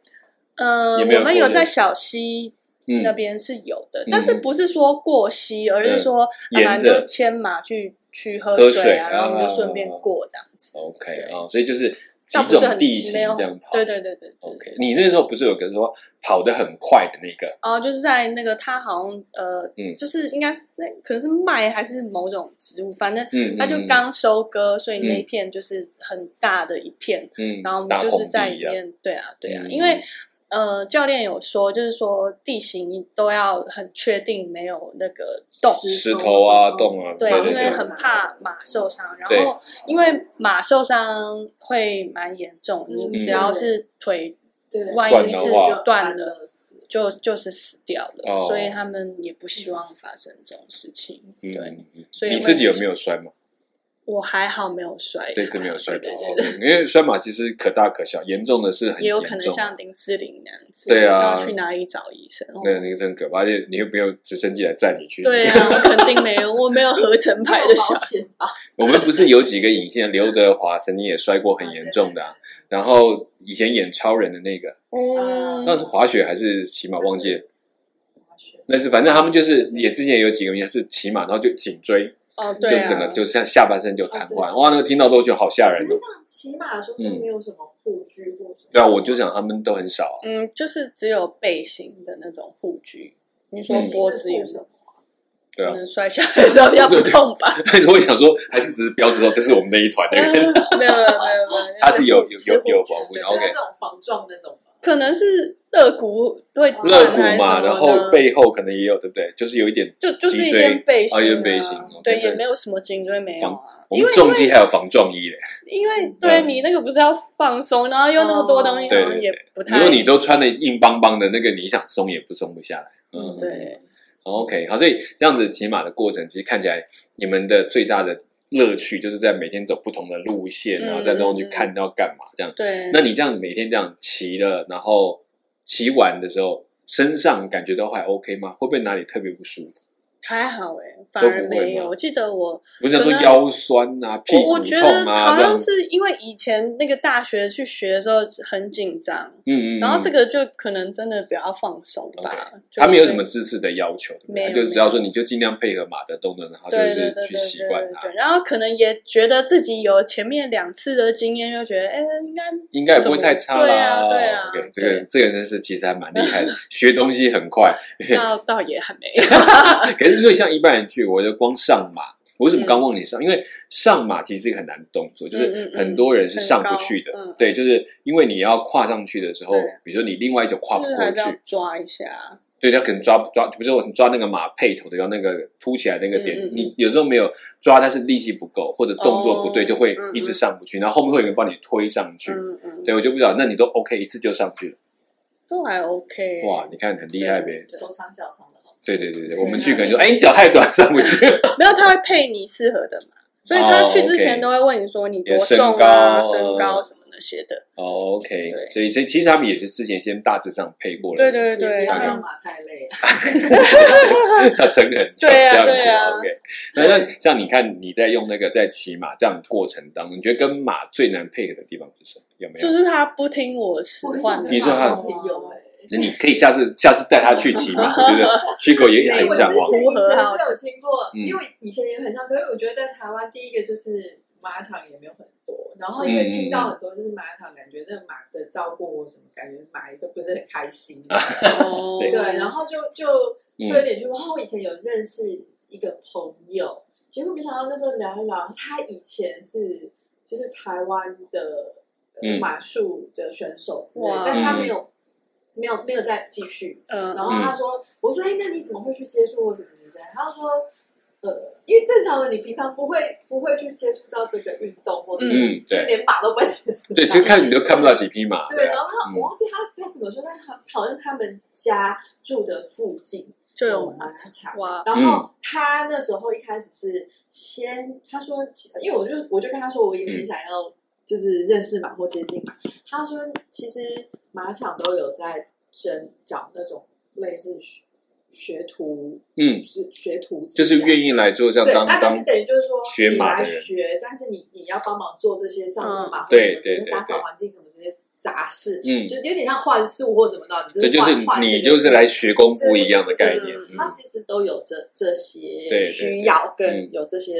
C: 嗯、
A: 有没有
C: 我们有在小溪
A: 嗯
C: 那，边是有的，
A: 嗯
C: 但是不是说过溪，而是说阿
A: 沿
C: 兰
A: 着
C: 就牵马去去喝
A: 喝
C: 水
A: 水
C: 啊，然后我们就顺便
A: 啊
C: 过这样子。
A: OK
C: 对
A: 哦，所以就是几
C: 倒不是
A: 种
C: 很
A: 地形
C: 没有
A: 这样跑。
C: 对对对对对
A: OK，你那时候不是有个说跑得很快的那个？
C: 哦，就是在那个他好像呃，
A: 嗯
C: 就是应该是那可能是麦还是某种植物，反正
A: 嗯，
C: 它就
A: 嗯
C: 刚收割，所以那一
A: 嗯
C: 片就是很大的一片，
A: 嗯，
C: 然后我
A: 大
C: 们就
A: 红
C: 是在
A: 地一
C: 里
A: 样
C: 面，对啊，对啊，
A: 嗯
C: 因为呃，教练有说，就是说地形都要很确定没有那个洞，
A: 石头啊、洞啊，
C: 对，
A: 对
C: 因
A: 对对
C: 为很怕马受伤，然
A: 对
C: 后因为马受伤会蛮严重，
B: 嗯
C: 你只要是腿
B: 对，
C: 万
A: 断
C: 一
A: 了
C: 是
A: 哇
C: 断了，就就是死掉了，
A: 哦
C: 所以他们也不希望发生这种事情，
A: 嗯
C: 对。
A: 嗯嗯
C: 所以
A: 你
C: 会
A: 自己有没有摔嘛？
C: 我还好没有摔，
A: 这次没有摔倒
C: 对对对，
A: 因为摔马其实可大可小，严重的是很
C: 也有
A: 严
C: 可能
A: 重。
C: 像林志玲那样子，
A: 对啊
C: 不知道去哪里找医生？
A: 那那个真的可怕，而且你又没有直升机来载你去。
C: 对，啊，我肯定没有，我没有合 *laughs* 成牌的小
B: 保
C: 孩，
B: 险吧，
A: 我们不是有几个影星，刘德华曾经也摔过很严重的啊，然后以前演超人的那个，
B: 嗯
A: 那是滑雪还是骑马，忘
C: 嗯
A: 记了。那是反正他们就是也之前有几个也是骑马，然后就颈椎
C: 哦，
A: 就
C: 对
A: 是
C: 啊，
A: 整个就像下半身就瘫痪，哇，那个听到都觉得好吓人
B: 可
A: 哦
B: 是。像骑马的时候都没有什么护具或什么。
A: 对啊，我就想他们都很少啊， *laughs*
C: 嗯，就是只有背心的那种护具。你说
A: 嗯
C: 脖子有没
B: 什
C: 有
B: 么？
A: 对啊
C: 可能摔下来的时候要不痛吧？
A: 但是我想说，还是只是标志说这是我们那一团的
C: 没有没
A: 人。 *laughs*
C: 有没有没有，
A: 它是有有有有保护
C: 啊对
A: 的
B: 就是
A: OK
B: 这种防撞那种吧。
C: 可能是肋骨会断
A: 肋骨
C: 还是什
A: 嘛，
C: 么的
A: 然后背后可能也有，对不对？就是有一点，
C: 就就是一
A: 脊椎
C: 件背心
A: 啊一件背心
C: 对，
A: OK，
C: 也
A: 对
C: 没有什么颈椎没有啊，
A: 我
C: 因
A: 们
C: 为
A: 重击还有防撞衣嘞。
C: 因为
A: 对
C: 对啊你那个不是要放松，然后又那么多东西，
A: 嗯对
C: 好像也不太。
A: 如果你都穿的硬邦邦的，那个你想松也不松不下来。嗯，
C: 对，
A: OK，好，所以这样子骑马的过程，其实看起来你们的最大的乐趣就是在每天走不同的路线，
C: 嗯
A: 然后在中间去看要干嘛这样。
C: 对，
A: 那你这样每天这样骑了，然后骑完的时候，身上感觉都还 OK 吗？会不会哪里特别不舒服？
C: 还好哎、反
A: 都不
C: 而
A: 会
C: 没有。
A: 吗
C: 我记得我，
A: 不是想说
C: 可能
A: 腰酸啊、屁
C: 我
A: 股
C: 我觉得
A: 痛啊
C: 好
A: 这样
C: 像
A: 子，
C: 是因为以前那个大学去学的时候很紧张，
A: 嗯嗯，嗯
C: 然后这个就可能真的比较放松吧。就
A: 他没有
C: 是
A: 什么支持的要求，对不
C: 没
A: 对？
C: 有
A: 就是只要说你就尽量配合马的动作，然后就
C: 对对
A: 是
C: 对对
A: 去
C: 对
A: 习惯啊它
C: 对，，然后可能也觉得自己有前面两次的经验，就觉得哎，应该
A: *laughs* 应该也不会太差啦。
C: 对啊对啊
A: OK，这个
C: 对
A: 这个真是其实还蛮厉害
C: *laughs*
A: 的，学东西很快。
C: 倒倒也还没有。
A: 可是因为像一般人去，我就光上马。我为什么刚忘你
C: 嗯
A: 上？因为上马其实是一个很难的动作，就是很多人是上不去的。
C: 嗯嗯嗯很高嗯
A: 对，就是因为你要跨上去的时候
C: 对，
A: 比如说你另外一脚跨不
C: 就是
A: 过
C: 还是要
A: 去，
C: 抓一下，
A: 对，他可能抓抓，比如说我抓那个马配头的，然后那个凸起来那个点，
C: 嗯嗯嗯
A: 你有时候没有抓，但是力气不够或者动作不对，
C: 哦
A: 就会
C: 嗯嗯
A: 一直上不去，然后后面会有人帮你推上去。
C: 嗯嗯，
A: 对，我就不知道，那你都 OK 一次就上去了，
C: 都还 OK。
A: 哇，你看很厉害呗。
C: 对
B: 手长脚长的哦。
A: 对对对对，
C: 是啊
A: 我们去可能就哎，你脚太短上不去， *laughs*
C: 没有，他会配你适合的嘛，所以他去之
A: 哦
C: 前
A: ，OK
C: 都会问你说你多
A: 也身
C: 重
A: 高呃
C: 啊、身高什么那些的。
A: 哦 OK，
C: 对
A: 所以所以其实他们也是之前先大致上配过了， *laughs*
C: 对对
B: 也
C: 对，
B: 不要
A: 大概
B: 让马太累啊。
A: 要成人
C: 对
A: 这
C: 啊
A: 样子
C: 对啊
A: OK，那那像你看你在用那个在骑马这样的过程当中，你觉得跟马最难配合的地方是什么？有没有？
C: 就是他不听我使
B: 我很
C: 唤
B: 想
C: 的
A: 你
B: 跟
A: 说
B: 马
A: 他
B: 上朋友哎，
A: 那你可以下次下次带他去骑马，我觉得虚狗也很
B: 我之
A: 向
B: 前
C: *laughs*
A: 往。
B: 以前是有听过，
A: 嗯
B: 因为以前也很像，可是我觉得在台湾，第一个就是马场也没有很多，然后因
A: 嗯
B: 为听到很多就是马场，感觉那个马的照顾我什么，感觉马也都不是很开
A: *laughs*
B: 心。
C: 哦
A: 对
B: 对，然后就就会有
A: 哎嗯，
B: 点就，然后我以前有认识一个朋友，结果没想到那时候聊一聊，他以前是就是台湾的呃
A: 嗯
B: 马术的选手之类的
C: 哇
B: 但他没有没有没有再继续，
C: 嗯
B: 然后他说，我说，哎，那你怎么会去接触过什么女生？他就说，呃，因为正常的你平常不会不会去接触到这个运动，或者是、
A: 嗯
B: 所以
A: 对
B: 连马都不会接触到。
A: 对，其实看你都看不到几匹马，
B: 对，
A: 对
B: 然
A: 啊，
B: 后他、
A: 嗯
B: 我忘记他他怎么说，但是他好像他们家住的附近
C: 就
B: 有
C: 有
B: 马场。
C: 哇，
B: 然
A: 嗯
B: 后他那时候一开始是先他说，因为我就我就跟他说，我也
A: 嗯
B: 很想要就是认识马或接近马。他说，其实马场都有在征找那种类似学学徒，
A: 嗯，
B: 是学徒制
A: 就是
B: 这样
A: 愿意来做这样
B: 对，
A: 当
B: 那但
A: 当
B: 是，等于就是说，
A: 学
B: 你
A: 马
B: 来
A: 的人
B: 学，但是你你要帮忙做这些照顾马，
A: 嗯对
B: 或
A: 对
B: 什么
A: 对
B: 打扫
A: 对
B: 环境什么这些杂事，
A: 嗯，
B: 就有点像换宿或什么的，你
A: 这就是
B: 换换这
A: 你
B: 个
A: 就是
B: 事
A: 来学功夫一样的概
C: 对
A: 念，
C: 对对
B: 它
A: 嗯
B: 其实都有这这些
A: 对
B: 需要
A: 对嗯
B: 跟有这些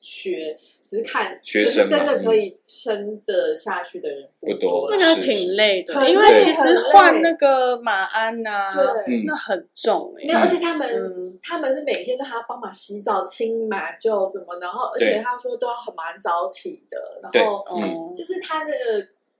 B: 缺，只是看
A: 学
B: 就是
A: 生
B: 真的
A: 嘛嗯
B: 可以撑得下去的人
A: 不多
B: 多
C: 那
B: 啦。
C: 个挺累
B: 很
C: 的，
B: 累
C: 因为其实
B: 很累
C: 换那个马鞍呐，
B: 对，
A: 嗯
C: 那很重
B: 没有，
C: 哎。
B: 而且他们
C: 嗯，
B: 他们是每天都还要帮忙洗澡、清马厩什么，然后而
A: 对
B: 且他说都要很蛮早起的，
A: 对
B: 然后
C: 哦，
B: 就是他的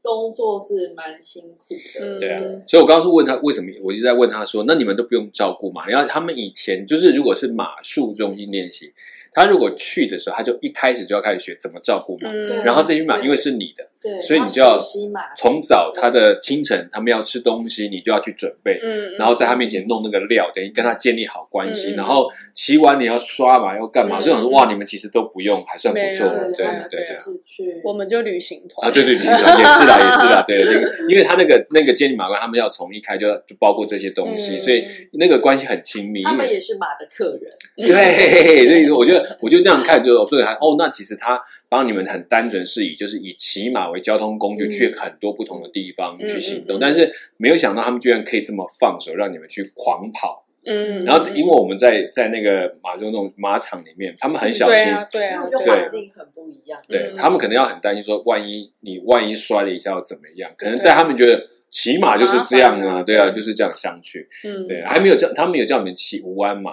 B: 工作是蛮辛苦的，
C: 嗯
A: 对啊
B: 对
A: 所以我刚刚是问他为什么，我就在问他说，那你们都不用照顾嘛？然后他们以前就是如果是马术中心练习，他如果去的时候，他就一开始就要开始学怎么照顾马，
B: 对
C: 嗯，
A: 然后这匹马
B: 对
A: 因为是你的，
B: 对，
A: 所以
B: 然
A: 你
B: 后
A: 就要
B: 熟悉马，
A: 从早他的清晨他们要吃东西，你就要去准备，
C: 嗯，
A: 然后在他面前弄那个料，等于跟他建立好关系。
C: 嗯嗯嗯
A: 然后骑完你要刷嘛，要干嘛？
C: 嗯
A: 所以我说
C: 嗯
A: 哇，你们其实都不用，还算不错
C: 没有。
A: 对
B: 他们
A: 对
B: 就
C: 啊
A: 对。
B: 是去
C: 我们就旅行团
A: 啊，对对，平常也是啦，也是啦，对，那个，因为他那个那个监理马官，他们要从一开就要就包括这些东西，
C: 嗯
A: 所以那个关系很亲密。
B: 他
A: 因
B: 们
A: 为
B: 也是马的客人，
A: 对，所以说我觉得我就这样看，就所以还哦，那其实他帮你们很单纯是以就是以骑马为交通工具
B: 嗯
A: 去很多不同的地方去行动，
C: 嗯嗯嗯
A: 但是没有想到他们居然可以这么放手，让你们去狂跑。
C: 嗯，
A: 然后，因为我们在在那个马就那种马场里面，他们很小
C: 对
A: 心，
C: 啊，对
B: 因为
C: 啊
B: 我，觉得
A: 对
B: 环境很不一样。
A: 对
C: 嗯
A: 他们可能要很担心，说万一你万一摔了一下要怎么样？可能
C: 对
A: 在他们觉得骑马就是这样
C: 麻烦
A: 啊，
C: 啊
A: 对啊，就是这样上去。
C: 嗯，
A: 对，啊还没有叫他们有叫你们骑无鞍嘛，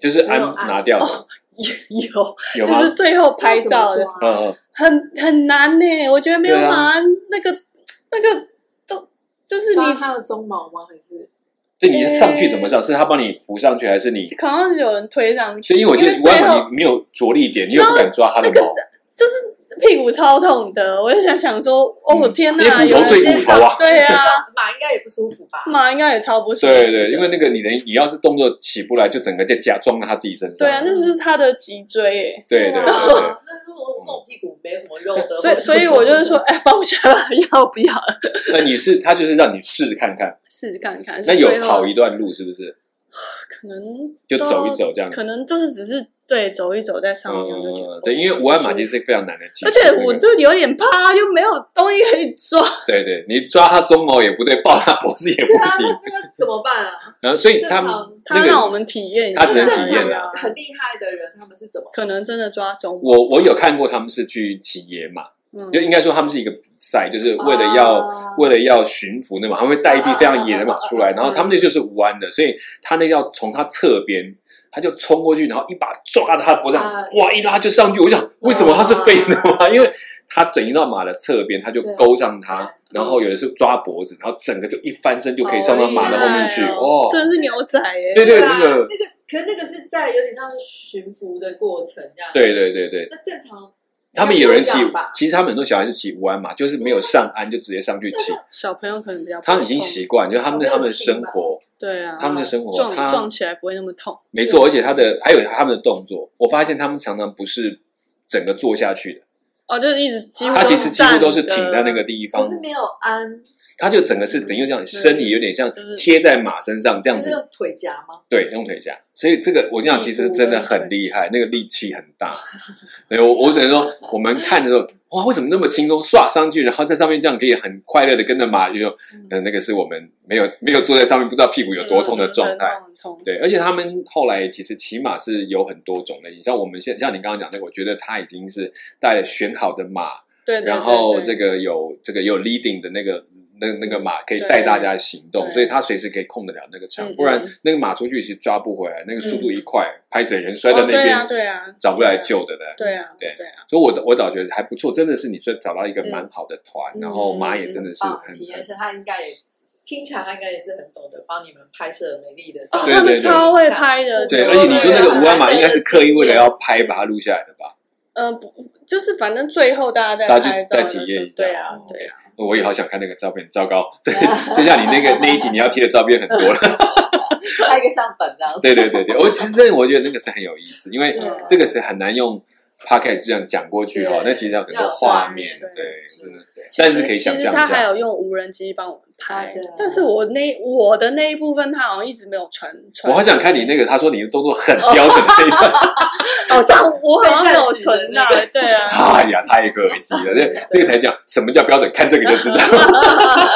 A: 就是鞍
B: 没有鞍
A: 拿掉的，
C: 有，
A: 有
C: 啊哦就
A: 吗
C: 是？哦最后 *laughs* 拍照的
B: 要怎
C: 时候
B: 么
A: 嗯，
B: 抓
A: 嗯
C: 很很难呢、我觉得没有
A: 对啊
C: 马鞍、那个那个都就是
B: 抓
C: 你
B: 他的鬃毛吗？还是
A: 所以你上去怎么上？是他帮你扶上去，还是你？
C: 好像有人推上去，
A: 所以因为我觉得无
C: 最
A: 鞍嘛，
C: 后
A: 你没有着力点，你又不敢抓他的
C: 那个
A: 毛，
C: 屁股超痛的，我就想想说，哦，我
A: 嗯
C: 天
A: 因为
C: 哪，
A: 骨
C: 有
A: 头
C: 人
A: 对
C: 接
A: 骨头啊，
C: 对
A: *laughs*
C: 啊，
B: 马应该也不舒服吧？
C: 马应该也超不舒服的，
A: 对对，因为那个你连你要是动作起不来，就整个就假装到他自己身上。
C: 对啊，那就是他的脊椎、
A: 对对对对。
B: 啊，那如果那种屁股没有什么肉的，
C: 欸，所以
A: *laughs*
C: 所以我就是说，哎、放下吧， *laughs* 要不要
A: 那你是他就是让你试看看，
C: *laughs* 试试看看？
A: 那有
C: 最后
A: 跑一段路是不是？
C: 可能
A: 就
C: 都
A: 走一走这样。
C: 可能就是只是对走一走在上面，我就觉得
A: 嗯，对，因为无
C: 爱
A: 爱马其实非常难的技术，
C: 而且
A: 那
C: 我
A: 个
C: 就有点怕，就没有东西可以抓。
A: 对对，你抓他鬃毛也不对，抱他脖子也不
B: 对啊，
A: 行，
B: 那这个怎么办啊？
A: 然后所以
B: 正
A: 他们
B: 常
A: 那
C: 他
A: 个
C: 让我们体验一下，
A: 他只
B: 正
A: 能体验
B: 常
A: 啊
B: 很厉害的人，他们是怎么？
C: 可能真的抓中，
A: 我我有看过他们是去骑野马，
C: 嗯
A: 就应该说他们是一个比赛，就是为了要、
B: 啊
A: 为了要驯服那马，他们会带一匹非常野的马出来，
B: *laughs* 啊啊啊啊啊
A: 然后他们那就是弯的，所以他那要从他侧边，他就冲过去，然后一把抓他的脖子上，
B: 啊
A: 哇一拉就上去。我想为什么他是飞的嘛？ *laughs* 因为他整移到马的侧边，他就
B: 对
A: 勾上他
B: 对，
A: 然后有的是抓脖子，然后整个就一翻身就可以上到马的后面去。
C: 好厉害
A: 哦，
C: 真的是牛仔耶、
A: 对对，
B: 啊
A: 那个，
B: 那个，可是那个是在有点像是驯服的过程这样。，
A: 对对对对，
B: 那正常
A: 他们有人骑
B: 应该不会这样吧，
A: 其实他们很多小孩是骑无鞍马，就是没有上鞍就直接上去骑。
C: 小朋友可能比较不
A: 他
C: 会
A: 们已经
C: 痛
A: 习惯，就是他们对他们的生
B: 小
A: 活，
C: 对啊，
A: 他们的生活，
C: 撞
A: 他
C: 撞起来不会那么痛，
A: 没错，而且他的还有他们的动作，我发现他们常常不是整个坐下去的，
C: 哦，就是一直几乎
A: 他其实几乎都是挺
C: 站
A: 在
C: 的
A: 那个地
B: 可
A: 方，
B: 是没有安，
A: 他就整个是等于这样，身体有点像
C: 就是
A: 贴在马身上这样
B: 就
A: 子，
B: 是用腿夹吗？
A: 对，用腿夹。所以这个我跟你讲，其实真的很厉害，那个力气很大。对我，我只能说，我们看的时候，哇，为什么那么轻松，唰上去，然后在上面这样可以很快乐的跟着马，就
B: 嗯
A: 嗯，那个是我们没有没有坐在上面，不知道屁股有多痛的状态。，
C: 嗯对痛很痛
A: 对，而且他们后来其实骑马是有很多种类型，像我们现像你刚刚讲那个，我觉得他已经是带了选好的马，
C: 对，对
A: 然后这。
C: 对对嗯
A: 个有这个有 leading 的那个那那个马可以带大家行动，
C: 对
A: 所以他随时可以控得了那个场，
C: 嗯
A: 不然
C: 嗯
A: 那个马出去其实抓不回来，那个速度一快，拍死人摔在那
C: 哦对
A: 边、
C: 啊，对啊，
A: 找不来救的呢。
C: 对啊，
A: 对
C: 对啊，
A: 所以我的我倒觉得还不错，真的是你说找到一个蛮好的团，
C: 嗯
A: 然后马也真的是
B: 棒
A: 很
B: 体验，而
A: 很
B: 且他应该也听起来，他应该也是很懂得帮你们拍摄美丽的
C: 哦
B: 照，片。
A: 对
C: 他们
A: 对对
C: 超会拍的，
A: 对，
B: 对
A: 而且你说那
C: 啊
A: 个
B: 对
A: 无鞍马应该是刻意为了要拍把它录下来的吧？
C: 呃，不，就是反正最后大家在
A: 大家
C: 拍
A: 就
C: 照的
A: 再
C: 时候，
A: 体验一下
C: 对啊
A: 哦，
C: 对啊，
A: 我也好想看那个照片，糟糕！ *laughs*
C: *laughs*
A: 这就像你那个那一集你要贴的照片很多了， *laughs*
B: 拍一个相本这样子。嗯
A: 对对对对，我其实真的我觉得那个是很有意思，因为
C: 啊
A: 这个是很难用 podcast 这样讲过去哦，
B: 对
A: 那其实要很多画面，对，真的
B: 对
A: 但是可以想
C: 其实
A: 象
C: 他
A: 一
C: 还
A: 下，
C: 有用无人机帮我们
B: 啊
C: 拍
B: 对啊，
C: 但是我那我的那一部分，他好像一直没有传传。
A: 我好想看你那个，他说你的动作很标准那一段，
B: 哦
C: 好像
B: 啊
C: *laughs* 我好像没有存到，对啊，
A: 哎呀，太可惜了，
C: *laughs*
A: 那那个才讲什么叫标准，看这个就知道。 *laughs*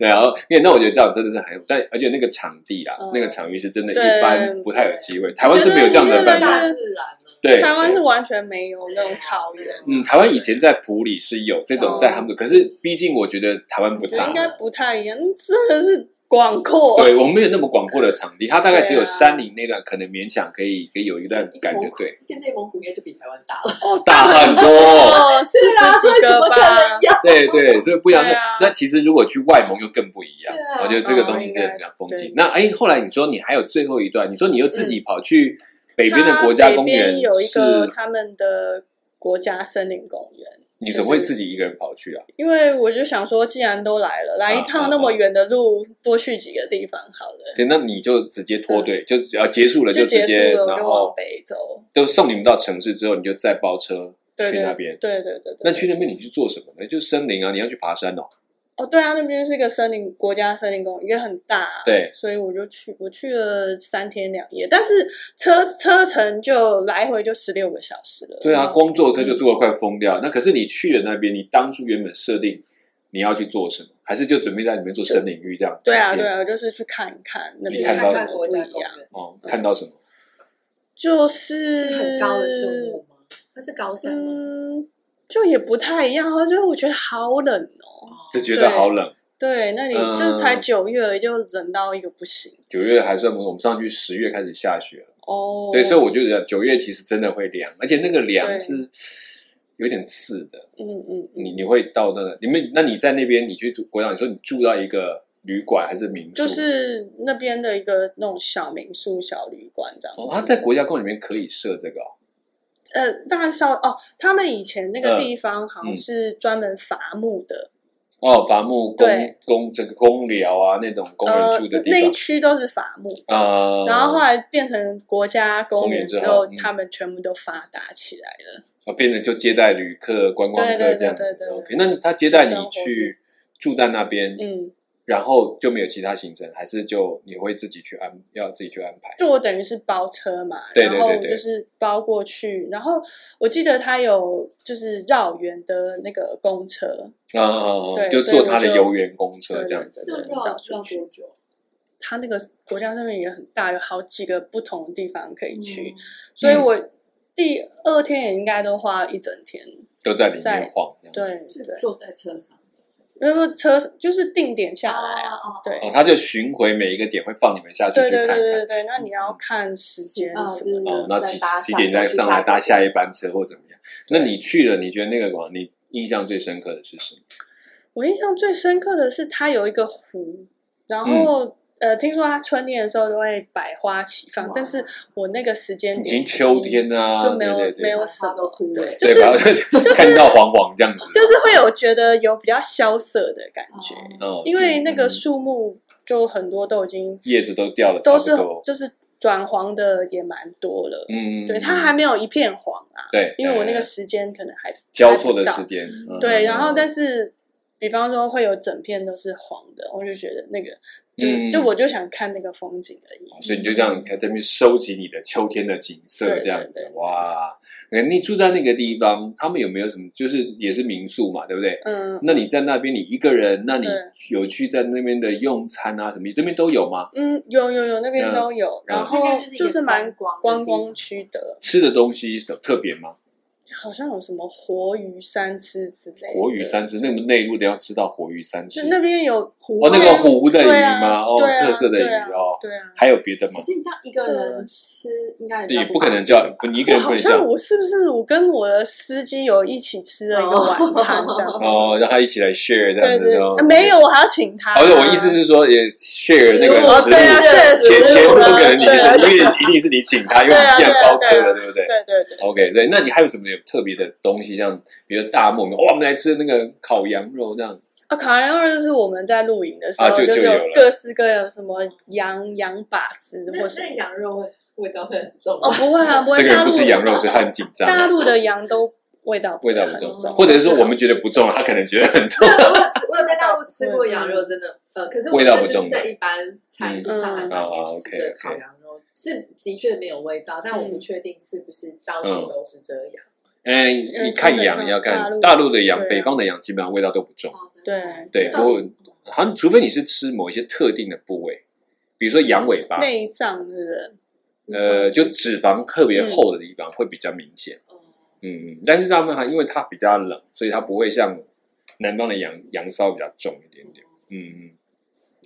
A: 然后，因为那我觉得这样真的是很有，但而且那个场地啊，
B: 嗯
A: 那个场域是真的，
C: 对
A: 一般不太有机会，台湾
C: 觉
A: 是
C: 得
A: 没有这样
C: 你
A: 的
C: 真
A: 办
B: 大
A: 法
C: 的。
B: 自然了。啊
A: 对，
C: 台湾
A: 对
C: 是完全没有那种草原，
A: 嗯，台湾以前在普里是有这种
C: 哦
A: 在他们的，可是毕竟我觉得台湾不
C: 我觉得
A: 大
C: 应，该不太一样，嗯真的是广阔，
A: 对我们没有那么广阔的场地，它大概只有
C: 对啊
A: 山林那段可能勉强可以可以有一段感觉
B: 蒙，古
A: 对，，
B: 内蒙古应该就比台湾大了。
A: 大很
C: *laughs*
A: 多，
B: *laughs*
C: 哦，是
A: 啊
B: 所以
C: 十几
B: 怎
C: 个
B: 啊么可
C: 吧
B: 能一，
C: *laughs*
B: 样？
A: 对对，所以不一样
C: 对啊。
A: 那其实如果去外蒙又更不一样
B: 对，啊
A: 我觉得这个东西真的比较风
C: 哦应该
A: 景
C: 是。
A: 那哎，后来你说你还有最后一段，你说你又自己跑去北边的
C: 嗯它
A: 国家
C: 北
A: 公
C: 边
A: 园，
C: 有一个
A: 是
C: 他们的国家森林公园。
A: 你怎么会自己一个人跑去啊？
C: 因为我就想说，既然都来了，来一趟那么远的路，多去几个地方好了，
A: 嗯对，那你就直接脱队，就只要结束了
C: 就
A: 直
C: 结
A: 接，
C: 束了，我
A: 然
C: 就
A: 后
C: 往北走。
A: 都送你们到城市之后，你就再包车
C: 对
A: 去
C: 对
A: 那边。
C: 对对对对。
A: 那去那边你去做什么呢？就森林啊，你要去爬山哦。
C: 哦，对啊，那边是一个森林国家森林公园，也很大、啊
A: 对
C: 所以我就去，我去了三天两夜，但是车车程就来回就十六个小时了。
A: 对啊，
B: 嗯
A: 光坐车就坐得快疯掉。那可是你去了那边，你当初原本设定你要去做什么，还是就准备在里面做森林浴这样？
C: 对啊，对啊，就是去看一看那
A: 你看
C: 边
A: 到
C: 有什
B: 看
C: 么
B: 国
C: 不
B: 家
C: 一
B: 公
C: 样，
B: 园
A: 哦，看到什么？
C: 就是
B: 是很高的树木吗？那是高山吗？
C: 嗯，就也不太一样，然后就我觉得好冷哦。
A: 就觉得好冷。
C: 对，那里
A: 嗯
C: 就是才九月而已，就冷到一个不行
A: 九月还算不错，我们上去十月开始下雪了。
C: 哦。
A: 对，所以我就觉得九月其实真的会凉，而且那个凉
C: 对
A: 是有点刺的。
C: 嗯嗯嗯，
A: 你你会到那个你们？那你在那边你去住国家，你说你住到一个旅馆还是民宿？
C: 就是那边的一个那种小民宿、小旅馆这样子。
A: 哦，他在国家公园里面可以设这个哦。
C: 呃，大少哦，他们以前那个
A: 嗯
C: 地方好
A: 嗯
C: 像是专门伐木的，
A: 哦，伐木工
C: 对
A: 工这个工寮啊，那种工人
C: 呃
A: 住的，地
C: 那一
A: 方
C: 区都是伐木。
A: 啊、
C: 然后后来变成国家公
A: 公
C: 园
A: 园之
C: 之
A: 后
C: 后，
A: 嗯
C: 他们全部都发达起来了。
A: 呃变成就接待旅客、观光
C: 对
A: 客
C: 对
A: 这样
C: 对
A: 子
C: 对。对
A: OK，那他接待你
C: 生活
A: 去住在那边，
C: 嗯，
A: 然后就没有其他行程，还是就你会自己去安，要自己去安排？
C: 就我等于是包车嘛，
A: 对对对
C: 然后
A: 对
C: 就是包过去，然后我记得他有就是绕圆的那个公车，
A: 啊啊啊啊！
C: 对
A: 就
C: 所以
A: 坐
C: 我
A: 他的
C: 就
A: 游园公车
C: 对
A: 这样
C: 对
A: 子。
B: 这
C: 对
B: 样
C: 对，
B: 要
C: 到
B: 要
C: 处去。
B: 多久？
C: 他那个国家公园也很大，有好几个不同的地方可以去，
B: 嗯
C: 所以我第二天也应该都花一整天。
A: 就在里
C: 在
A: 面晃。这样，
C: 对
B: 是
C: 对，
B: 坐在车上
C: 因为车就是定点下来啊，
B: 哦
C: 对
A: 哦，他就巡回每一个点会放你们下去
C: 对
A: 去
C: 对对
A: 看嗯
C: 对对
A: 看。
C: 对，那你要看时间
B: 哦
C: 什么的。
A: 哦
B: 对，
A: 那
B: 再
A: 几
B: 搭
A: 几
B: 上
A: 点再
B: 再去
A: 上来
B: 下
A: 搭
B: 个
A: 下一班车或怎么样？那你去了，你觉得那个什么，你印象最深刻的是什么？
C: 我印象最深刻的是它有一个湖，然
A: 嗯
C: 后、呃，听说它春天的时候都会百花齐放
B: 哇，
C: 但是我那个时间
A: 已
C: 点
A: 经秋天啊，
C: 就没有
A: 对对对
C: 没有
B: 花
C: 什么
B: 都枯
C: 对
B: 萎，
C: 就
A: 对，
C: 是
A: 然后就 *laughs* 看到黄黄这样子，
C: 就是会有觉得有比较萧瑟的感觉，
B: 哦
A: 嗯，
C: 因为那个
A: 嗯
C: 树木就很多都已经
A: 叶子都掉了，
C: 都是
A: 差不多
C: 就是转黄的也蛮多了，
A: 嗯，
C: 对，它还没有一片黄啊，
A: 对，
C: 因为我那个
A: 哎
C: 时间可能还
A: 交错的
C: 还不到
A: 时间，嗯
C: 对，然后但
A: 嗯
C: 是，比方说会有整片都是黄的，我就觉得那个就是、
A: 嗯
C: 就我就想看那个风景而已。
A: 所以你就这样在这边收集你的秋天的景色，
C: 嗯对
A: 这样子
C: 对对
A: 哇。哎你住在那个地方，他们有没有什么？就是也是民宿嘛，对不对？
C: 嗯
A: 那你在那边，你一个人，那你
C: 对
A: 有去在那边的用餐啊什么？这边都有吗？
C: 嗯，有有有，那边
A: 嗯
C: 都有，然后
B: 应该哦就是一个
C: 就是蛮
B: 观光
C: 观
B: 的地方
C: 光区的，
A: 吃的东西有特别吗？
C: 好像有什么活鱼三吃之类的。
A: 活鱼三吃，那么内陆的要吃到活鱼三吃
C: 就，那边有湖
A: 哦，那个湖的鱼
C: 对啊
A: 吗？哦，
C: 对啊
A: 特色的
C: 对
A: 鱼
C: 啊
A: 哦，
C: 对啊。
A: 还有别的吗
B: 可？是你这样一个人吃，应该
A: 也
B: 比较
A: 不可能
B: 方便
A: 叫你一个
C: 我
A: 人不
C: 好
A: 能叫
C: 像我是不是我跟我的司机有一起吃了一个晚餐这样子？
A: 哦，让他一起来 share 这
C: 对
A: 样子
C: 对，
A: 哦
C: 啊。没有，我还要请他。啊
A: 而且我意思是说，也 share 那个
B: 食物
C: 哦，
A: 食
C: 对啊，
A: 物，
C: 对
A: 钱
C: 食
A: 钱
C: 物
A: 不
C: 啊
A: 可能你
C: 对啊
A: 是，因为一定是你请他，因为
C: 对
A: 你
C: 啊
A: 既然包车
C: 对啊
A: 了，对不对
C: 对对对，
A: ？OK，所以那你还有什么有特别的东西？像比如大漠，哇，我们来吃那个烤羊肉这样，
C: 啊，烤羊肉就是我们在露营的时候，
A: 啊就
C: 就是
A: 就有
C: 有
A: 了
C: 各式各样的什么羊羊把丝
B: 那
C: 或什
B: 那
C: 么。
B: 羊肉味味道会很重 *laughs*
C: 哦，不会啊，不会。
A: 这个
C: 大
A: 人
C: 陆
A: 不吃羊肉，所以他很紧张，啊
C: 大陆的羊都味道
A: 味道
C: 很
A: 不
B: 重
A: 重，
C: 重，啊
A: 或者是我们觉得不重，他可能觉得很重。
B: 我有嗯吃我有在大陆吃过羊肉，真的，呃，可是我
A: 味道不
B: 真的就是
A: 重嗯哦
B: 在一般餐厅上海上面吃的烤羊肉，是的确没有味道，但我不确定是不是到
A: 嗯
B: 处都是这样。
A: 哎，
C: 啊
A: 你看羊要
C: 大
A: 看
C: 陆
A: 大陆的羊，
C: 对啊
A: 北方的羊基本上味道都不重，
B: 哦，真
C: 对
B: 的吗
A: 对
B: 到底
A: 好像除非你是吃某一些特定的部位，比如说羊尾巴，
C: 内脏是不是？
B: 嗯
A: 呃，就脂肪特别厚的地方会比较明显。
B: 哦
A: 嗯，但是他们还因为它比较冷，所以它不会像南方的羊羊骚比较重一点点。嗯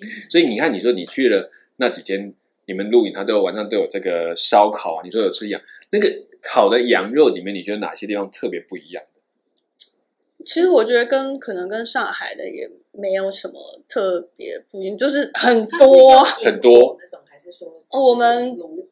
A: 嗯，所以你看，你说你去了那几天，你们露营，他都有晚上都有这个烧烤啊。你说有吃羊，那个烤的羊肉里面，你觉得哪些地方特别不一样？
C: 其实我觉得跟可能跟上海的也没有什么特别不一样，就是很
B: 哦它是用
C: 多，
B: 引
A: 很多
B: 火那种，还是说就是
C: 哦我们
B: 炉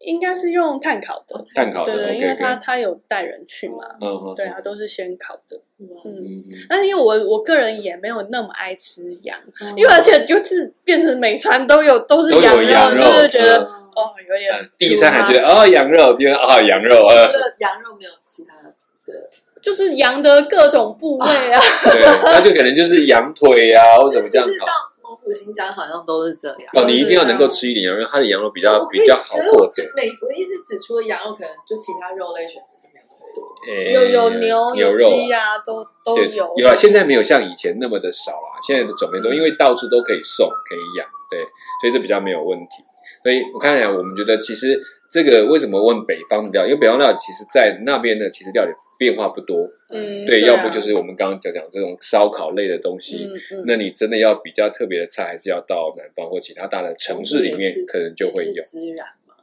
C: 应该是用炭烤的，
A: 碳烤的
C: 对对，因为
A: OK，OK
C: 他他有带人去嘛，
A: 嗯嗯，
C: 对啊，都是先烤的，
B: 嗯，
C: 嗯。
A: 嗯，嗯
C: 但是因为我我个人也没有那么爱吃羊，
B: 嗯
C: 因为而且就是变成每餐都有都是
A: 都
C: 羊
A: 有哦羊肉
C: 就是觉得、
A: 嗯
C: 哦有点
A: 嗯，第一餐还觉得
C: *laughs* too
A: 哦羊肉，第二哦羊肉，
B: 除
A: 呃，
B: 了羊肉没有其他的。
C: much，就是羊的各种部位啊，
A: *laughs* 对，那就可能就是羊腿啊，或怎么这样
B: 就是
A: 烤
B: 到。蒙古、新疆好像都是这样。
A: 哦，你一定要能够吃一点羊肉，它的羊肉比较
B: 我可以
A: 比较好
B: 可是
A: 获
B: 我
A: 得。
B: 每我一直只除了羊肉，可能就其他肉类选择没有特
A: 诶
B: 别多。
C: 有有牛
A: 有哎肉啊
C: 鸡啊，都都
A: 对，
C: 有嗯
A: 有啊，现在没有像以前那么的少了、现在的种类多，因为到处都可以送，可以养，对，所以这比较没有问题。所以我看起来，我们觉得其实这个为什么问北方的料，因为北方料理其实在那边的其实料理变化不多，
C: 嗯
A: 对，
C: 对
A: 要
C: 啊
A: 不就是我们刚刚讲讲这种烧烤类的东西，
C: 嗯嗯
A: 那你真的要比较特别的菜，还是要到南方或其他大的城市里面
B: 也是
A: 可能就会有
B: 也。是孜然嘛，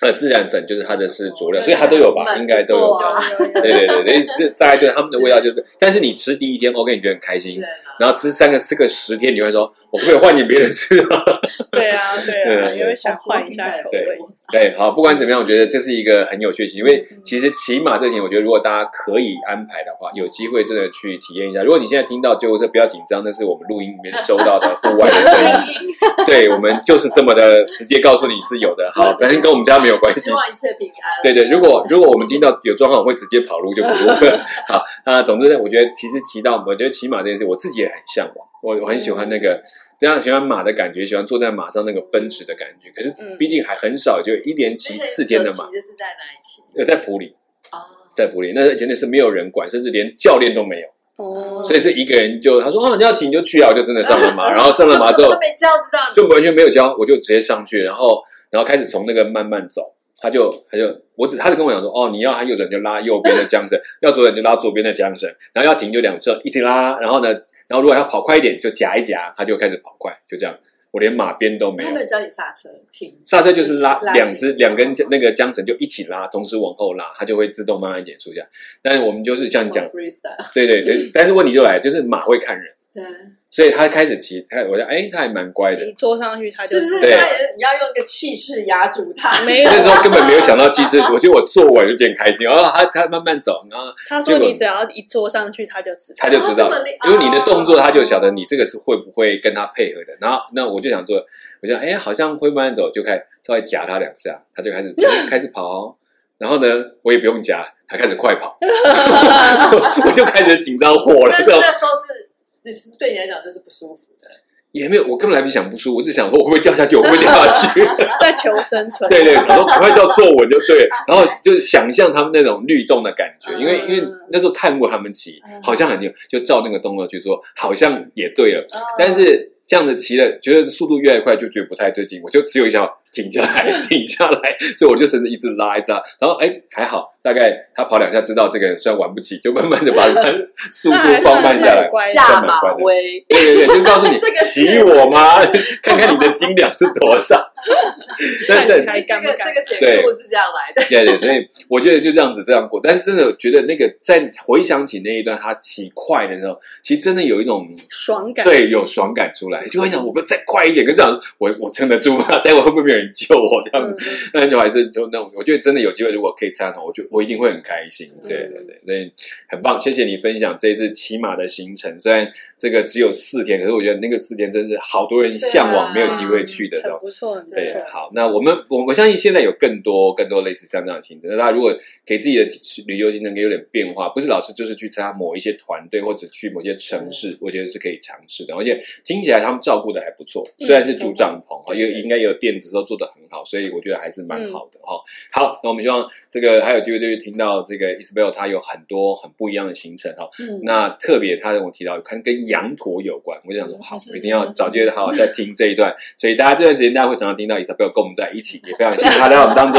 A: 呃，孜然粉就是它的是佐料，
B: 哦
A: 所以它都有吧，
B: 蛮
A: 应该都有
B: 不
A: 吧
B: 错。啊
C: 有有有
A: 对对对，这大概就是他们的味道就是，但是你吃第一天，OK，你觉得很开心
B: 对，啊啦。
A: 然后吃三个、四个、十天，你会说，我可不可以换点别的吃 *laughs* 啊？
C: 对啊对啊，
A: 对
C: 也会想换一下口味
A: 对，对，好，不管怎么样，我觉得这是一个很有趣的事情，因为
C: 嗯
A: 其实骑马这件事情，我觉得如果大家可以安排的话，有机会真的去体验一下。如果你现在听到救护车，不要紧张，那是我们录音里面收到的户外的声音，
B: *laughs*
A: 对我们就是这么的直接告诉你是有的。
B: *laughs*
A: 好，但是跟我们家没有关系
B: 希。望一切平安。
A: 对对，如果如果我们听到有状况，我会直接跑路就不录了。好， *laughs* 那总之呢，我觉得其实骑到，我觉得骑马这件事，我自己也很向往，我我很喜欢那个。非常喜欢马的感觉，喜欢坐在马上那个奔驰的感觉。可是
C: 嗯
A: 毕竟还很少，就一连骑四天的马，
B: 这是在哪一期？
A: 呃，在普里，
B: 哦，
A: 在普里，那而且那是没有人管，甚至连教练都没有，
C: 哦，
A: 所以是一个人就他说哦，你要骑你就去啊，我就真的上了马，然后上了马之
B: 就
A: 后
B: *laughs* 什么都没教，知道你
A: 就完全没有教，我就直接上去，然后然后开始从那个慢慢走，他就他就我只他就跟我讲说，哦，你要他右转就拉右边的缰绳，要左转就拉左边的缰绳，然后要停就两侧一起拉，然后呢，然后如果要跑快一点就夹一夹，他就开始跑快，就这样，我连马鞭都没有
B: 他，们教你刹车停，
A: 刹车就是拉
B: 拉紧
A: 两只两根那个缰绳就一起拉，同时往后拉，它就会自动慢慢减速这样。但是我们就是像你讲
B: 哦，freestyle，
A: 对对
B: 嗯
A: 对，但是问题就来了，就是马会看人，
B: 对，
A: 所以他开始骑，他我想哎，他还蛮乖的
C: 一，坐上去他
B: 是
C: 就
B: 不是
A: 对
B: 他也是你要用一个气势压住他？
C: 没有
A: *laughs* 那？时候根本没有想到汽车，我觉得我坐我有点开心，然后他他慢慢走，然后
C: 他说
A: 结果
C: 你只要一坐上去他就知道
A: 他就知道
B: 哦这么厉，哦
A: 因为你的动作他就晓得你这个是会不会跟他配合的。然后那我就想做，我想哎，好像会慢慢走，就开稍微夹他两下，他就开
B: *laughs*
A: 始开始跑。哦然后呢，我也不用夹，他开始快
B: *laughs*
A: 跑， *laughs* 我就开始紧张火了
B: 但，是
A: 知道吗
B: *laughs* 那时候是你是对你来讲这是不舒服的，
A: 也没有，我根本来不及想不出，我只想说我会不会掉下去，我会不会掉下去。
C: 在求
B: *laughs*
C: 生存。
A: 对对，想说赶快叫坐稳就对，然后就想象他们那种律动的感觉，因为因
B: 嗯
A: 为那时候看过他们骑，好像很牛，就照那个动作去做，好像也对了，
B: 哦
A: 但是这样子骑了，觉得速度越来越快，就觉得不太对劲，我就只有一想停下来，停下来，所以我就甚至一直拉一直拉，然后哎还好，大概他跑两下知道这个人虽然玩不起，就慢慢的把他速度放慢下来
B: *laughs*
C: 那还算是很，乖
A: 算
B: 下
A: 蛮
B: 马
A: 乖的。
B: 威，
A: 对对对，就告诉你
B: *laughs* 这个是
A: 骑我吗？ *laughs* 看看你的斤两是多少。 *laughs* 但
C: 看
A: 但
C: 你还
B: 这
C: 敢不
B: 个
C: 敢
B: 这个典
A: 对
B: 故是这样来的，
A: 对对，所以我觉得就这样子这样过。但是真的觉得那个在回想起那一段他骑快的时候，其实真的有一种
C: 爽感。
A: 对有爽感出来，就会想我不要再快一点，可是这样我我撑得住吗？ *laughs* 待会会不会没有人救我？这样
C: 嗯，
A: 子，那就还是就那种，我觉得真的有机会，如果可以参加，我就我一定会很开心。对
C: 嗯
A: 对对，所以很棒，谢谢你分享这一次骑马的行程。虽然这个只有四天，可是我觉得那个四天真是好多人向往没有机会去的这
C: 啊
A: 种。
C: 很不错，很不
A: 对啊
C: 错。，
A: 好，那我们我我相信现在有更多更多类似像这样的行程。那大家如果给自己的旅游行程有点变化，不是老是就是去参加某一些团队或者去某些
C: 嗯
A: 城市，我觉得是可以尝试的。而且听起来他们照顾的还不错，
C: 嗯
A: 虽然是住帐篷，啊，
C: 对
A: 又
C: 对嗯
A: 应该有垫子都做得很好，所以我觉得还是蛮好的哈。好，那我们希望这个还有机会就去听到这个 Isabel 她有很多很不一样的行程哈。
B: 嗯
A: 那特别他我提到，看跟羊驼有关，我就想说，
B: 嗯
A: 好，
B: 是
A: 我一定要找机会好好再听这一
B: *laughs*
A: 段。所以大家这段时间大家会常常听到 Isabel 跟我们在一起，也非常谢谢他在我们当中。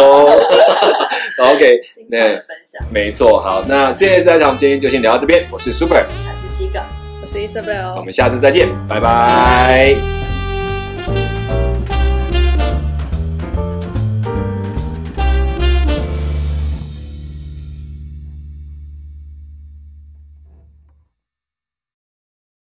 A: OK，
B: 欣赏的分享，
A: 没错，好，那 CS 大场今天就先聊到这边，我是 Super，
B: 还是七个。
C: 我是 Isabel，哦
A: 我们下次再见，拜拜